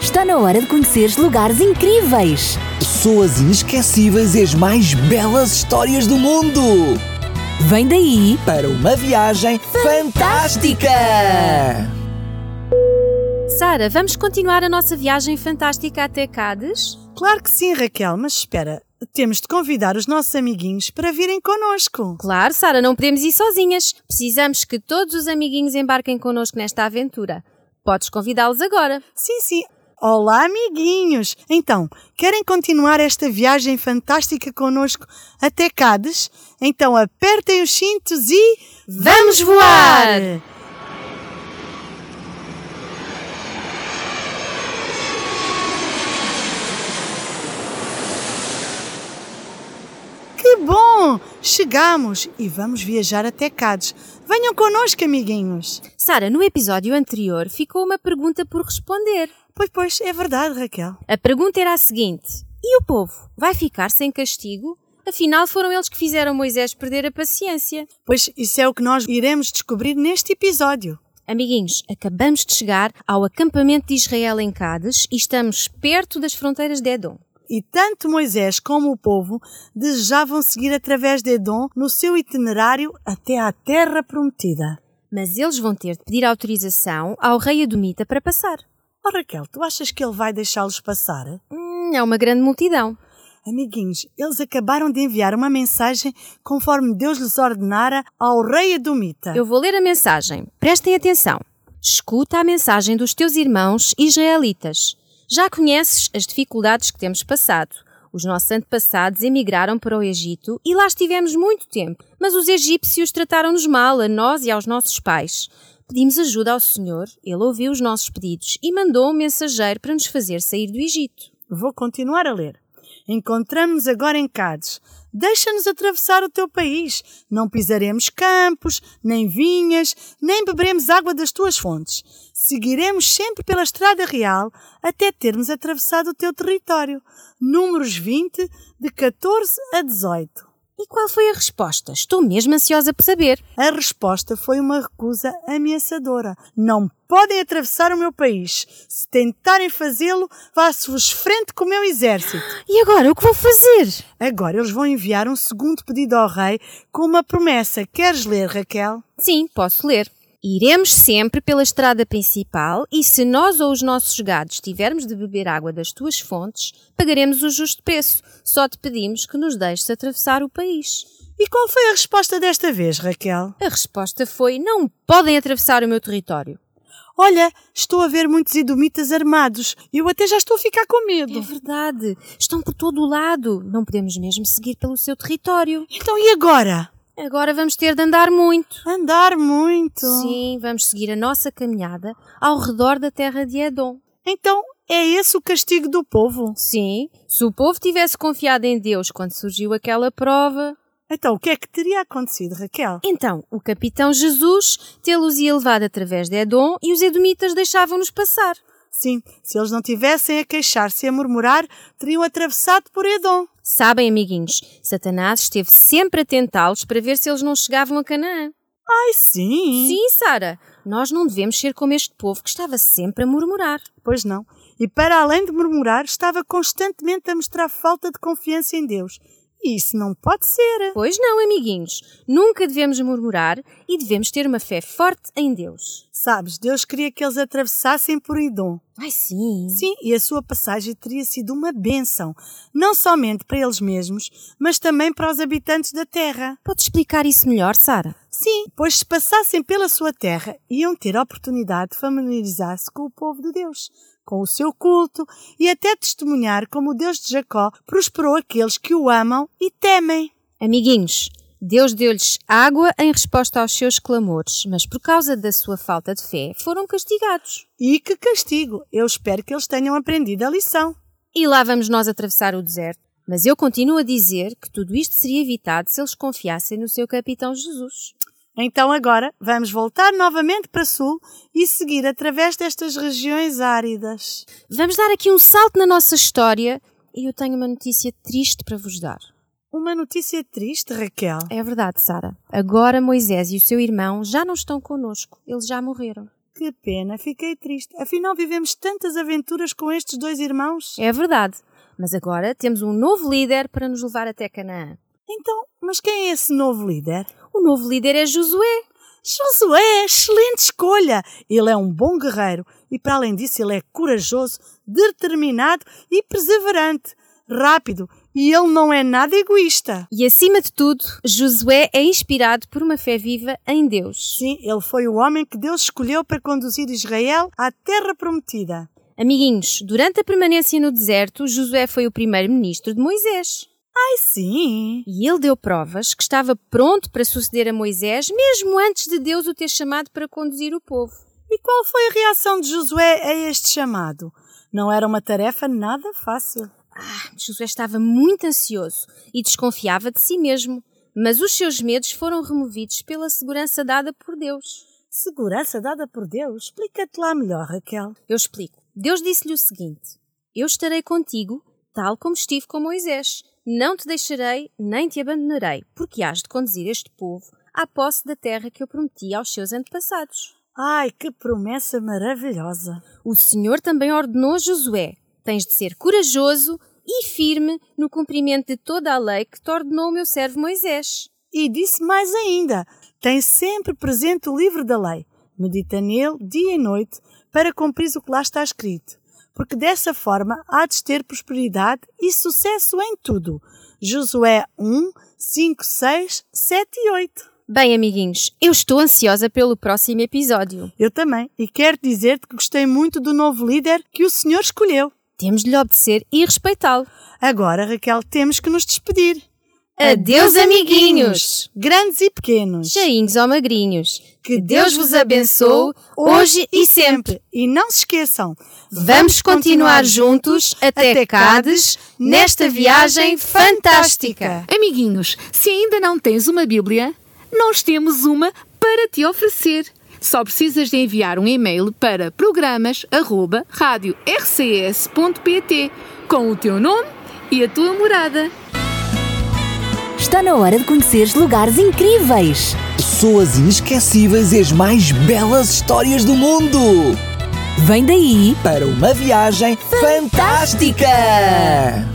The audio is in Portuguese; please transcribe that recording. Está na hora de conheceres lugares incríveis. Pessoas inesquecíveis e as mais belas histórias do mundo! Vem daí, Para uma viagem fantástica! Sara, vamos continuar a nossa viagem fantástica até Cades? Claro que sim, Raquel, mas espera, temos de convidar os nossos amiguinhos para virem connosco. Claro, Sara, não podemos ir sozinhas. Precisamos que todos os amiguinhos embarquem connosco nesta aventura. Podes convidá-los agora. Sim, sim. Olá, amiguinhos! Então, querem continuar esta viagem fantástica connosco até Cades? Então apertem os cintos e. Vamos voar! Que bom! Chegamos e vamos viajar até Cades. Venham connosco, amiguinhos! Sara, no episódio anterior ficou uma pergunta por responder. Pois, pois, é verdade, Raquel. A pergunta era a seguinte: E o povo vai ficar sem castigo? Afinal, foram eles que fizeram Moisés perder a paciência. Pois isso é o que nós iremos descobrir neste episódio. Amiguinhos, acabamos de chegar ao acampamento de Israel em Cades e estamos perto das fronteiras de Edom. E tanto Moisés como o povo desejavam seguir através de Edom no seu itinerário até à Terra Prometida. Mas eles vão ter de pedir autorização ao rei Edomita para passar. Oh Raquel, tu achas que ele vai deixá-los passar? Hum, é uma grande multidão. Amiguinhos, eles acabaram de enviar uma mensagem conforme Deus lhes ordenara ao rei Edomita. Eu vou ler a mensagem. Prestem atenção. Escuta a mensagem dos teus irmãos israelitas. Já conheces as dificuldades que temos passado. Os nossos antepassados emigraram para o Egito e lá estivemos muito tempo, mas os egípcios trataram-nos mal, a nós e aos nossos pais. Pedimos ajuda ao Senhor, ele ouviu os nossos pedidos e mandou um mensageiro para nos fazer sair do Egito. Vou continuar a ler. Encontramos-nos agora em Cades. Deixa-nos atravessar o teu país. Não pisaremos campos, nem vinhas, nem beberemos água das tuas fontes. Seguiremos sempre pela estrada real até termos atravessado o teu território. Números 20, de 14 a 18. E qual foi a resposta? Estou mesmo ansiosa por saber. A resposta foi uma recusa ameaçadora. Não podem atravessar o meu país. Se tentarem fazê-lo, vá-se-vos frente com o meu exército. E agora, o que vou fazer? Agora eles vão enviar um segundo pedido ao rei com uma promessa. Queres ler, Raquel? Sim, posso ler. Iremos sempre pela estrada principal e se nós ou os nossos gados tivermos de beber água das tuas fontes, pagaremos o justo preço. Só te pedimos que nos deixes atravessar o país. E qual foi a resposta desta vez, Raquel? A resposta foi: não podem atravessar o meu território. Olha, estou a ver muitos idomitas armados. Eu até já estou a ficar com medo. É verdade, estão por todo o lado. Não podemos mesmo seguir pelo seu território. Então e agora? Agora vamos ter de andar muito. Andar muito. Sim, vamos seguir a nossa caminhada ao redor da terra de Edom. Então é esse o castigo do povo? Sim, se o povo tivesse confiado em Deus quando surgiu aquela prova. Então o que é que teria acontecido, Raquel? Então, o capitão Jesus tê-los ia levado através de Edom e os edomitas deixavam-nos passar. Sim, se eles não tivessem a queixar-se e a murmurar, teriam atravessado por Edom. Sabem, amiguinhos, Satanás esteve sempre a tentá-los para ver se eles não chegavam a Canaã. Ai, sim. Sim, Sara, nós não devemos ser como este povo que estava sempre a murmurar. Pois não. E para além de murmurar, estava constantemente a mostrar falta de confiança em Deus. E isso não pode ser. Pois não, amiguinhos, nunca devemos murmurar e devemos ter uma fé forte em Deus. Sabes, Deus queria que eles atravessassem por Edom. Ai, sim. Sim, e a sua passagem teria sido uma bênção, não somente para eles mesmos, mas também para os habitantes da terra. Podes explicar isso melhor, Sara? Sim, pois se passassem pela sua terra, iam ter a oportunidade de familiarizar-se com o povo de Deus, com o seu culto e até testemunhar como o Deus de Jacó prosperou aqueles que o amam e temem. Amiguinhos, Deus deu-lhes água em resposta aos seus clamores, mas por causa da sua falta de fé foram castigados. E que castigo! Eu espero que eles tenham aprendido a lição. E lá vamos nós atravessar o deserto. Mas eu continuo a dizer que tudo isto seria evitado se eles confiassem no seu capitão Jesus. Então agora vamos voltar novamente para sul e seguir através destas regiões áridas. Vamos dar aqui um salto na nossa história e eu tenho uma notícia triste para vos dar. Uma notícia triste, Raquel. É verdade, Sara. Agora Moisés e o seu irmão já não estão connosco. Eles já morreram. Que pena, fiquei triste. Afinal, vivemos tantas aventuras com estes dois irmãos. É verdade. Mas agora temos um novo líder para nos levar até Canaã. Então, mas quem é esse novo líder? O novo líder é Josué. Josué, excelente escolha! Ele é um bom guerreiro e, para além disso, ele é corajoso, determinado e perseverante, rápido e ele não é nada egoísta. E acima de tudo, Josué é inspirado por uma fé viva em Deus. Sim, ele foi o homem que Deus escolheu para conduzir Israel à terra prometida. Amiguinhos, durante a permanência no deserto, Josué foi o primeiro-ministro de Moisés. Ai, sim! E ele deu provas que estava pronto para suceder a Moisés, mesmo antes de Deus o ter chamado para conduzir o povo. E qual foi a reação de Josué a este chamado? Não era uma tarefa nada fácil. Ah, Josué estava muito ansioso e desconfiava de si mesmo, mas os seus medos foram removidos pela segurança dada por Deus. Segurança dada por Deus? Explica-te lá melhor, Raquel. Eu explico. Deus disse-lhe o seguinte: Eu estarei contigo, tal como estive com Moisés. Não te deixarei nem te abandonarei, porque hás de conduzir este povo à posse da terra que eu prometi aos seus antepassados. Ai, que promessa maravilhosa! O Senhor também ordenou a Josué: Tens de ser corajoso e firme no cumprimento de toda a lei que te ordenou o meu servo Moisés. E disse mais ainda: Tem sempre presente o livro da lei. Medita nele dia e noite para cumprir o que lá está escrito. Porque dessa forma há de ter prosperidade e sucesso em tudo. Josué 1, 5, 6, 7 e 8. Bem, amiguinhos, eu estou ansiosa pelo próximo episódio. Eu também. E quero dizer-te que gostei muito do novo líder que o senhor escolheu. Temos de lhe obedecer e respeitá-lo. Agora, Raquel, temos que nos despedir. Adeus, amiguinhos! Grandes e pequenos. Cheinhos ou magrinhos, que Deus vos abençoe hoje e sempre. E não se esqueçam, Vamos continuar juntos até Cádiz nesta viagem fantástica. É. Amiguinhos, se ainda não tens uma Bíblia, nós temos uma para te oferecer. Só precisas de enviar um e-mail para programas@radiorcs.pt com o teu nome e a tua morada. Está na hora de conheceres lugares incríveis. Pessoas inesquecíveis e as mais belas histórias do mundo. Vem daí! Para uma viagem fantástica.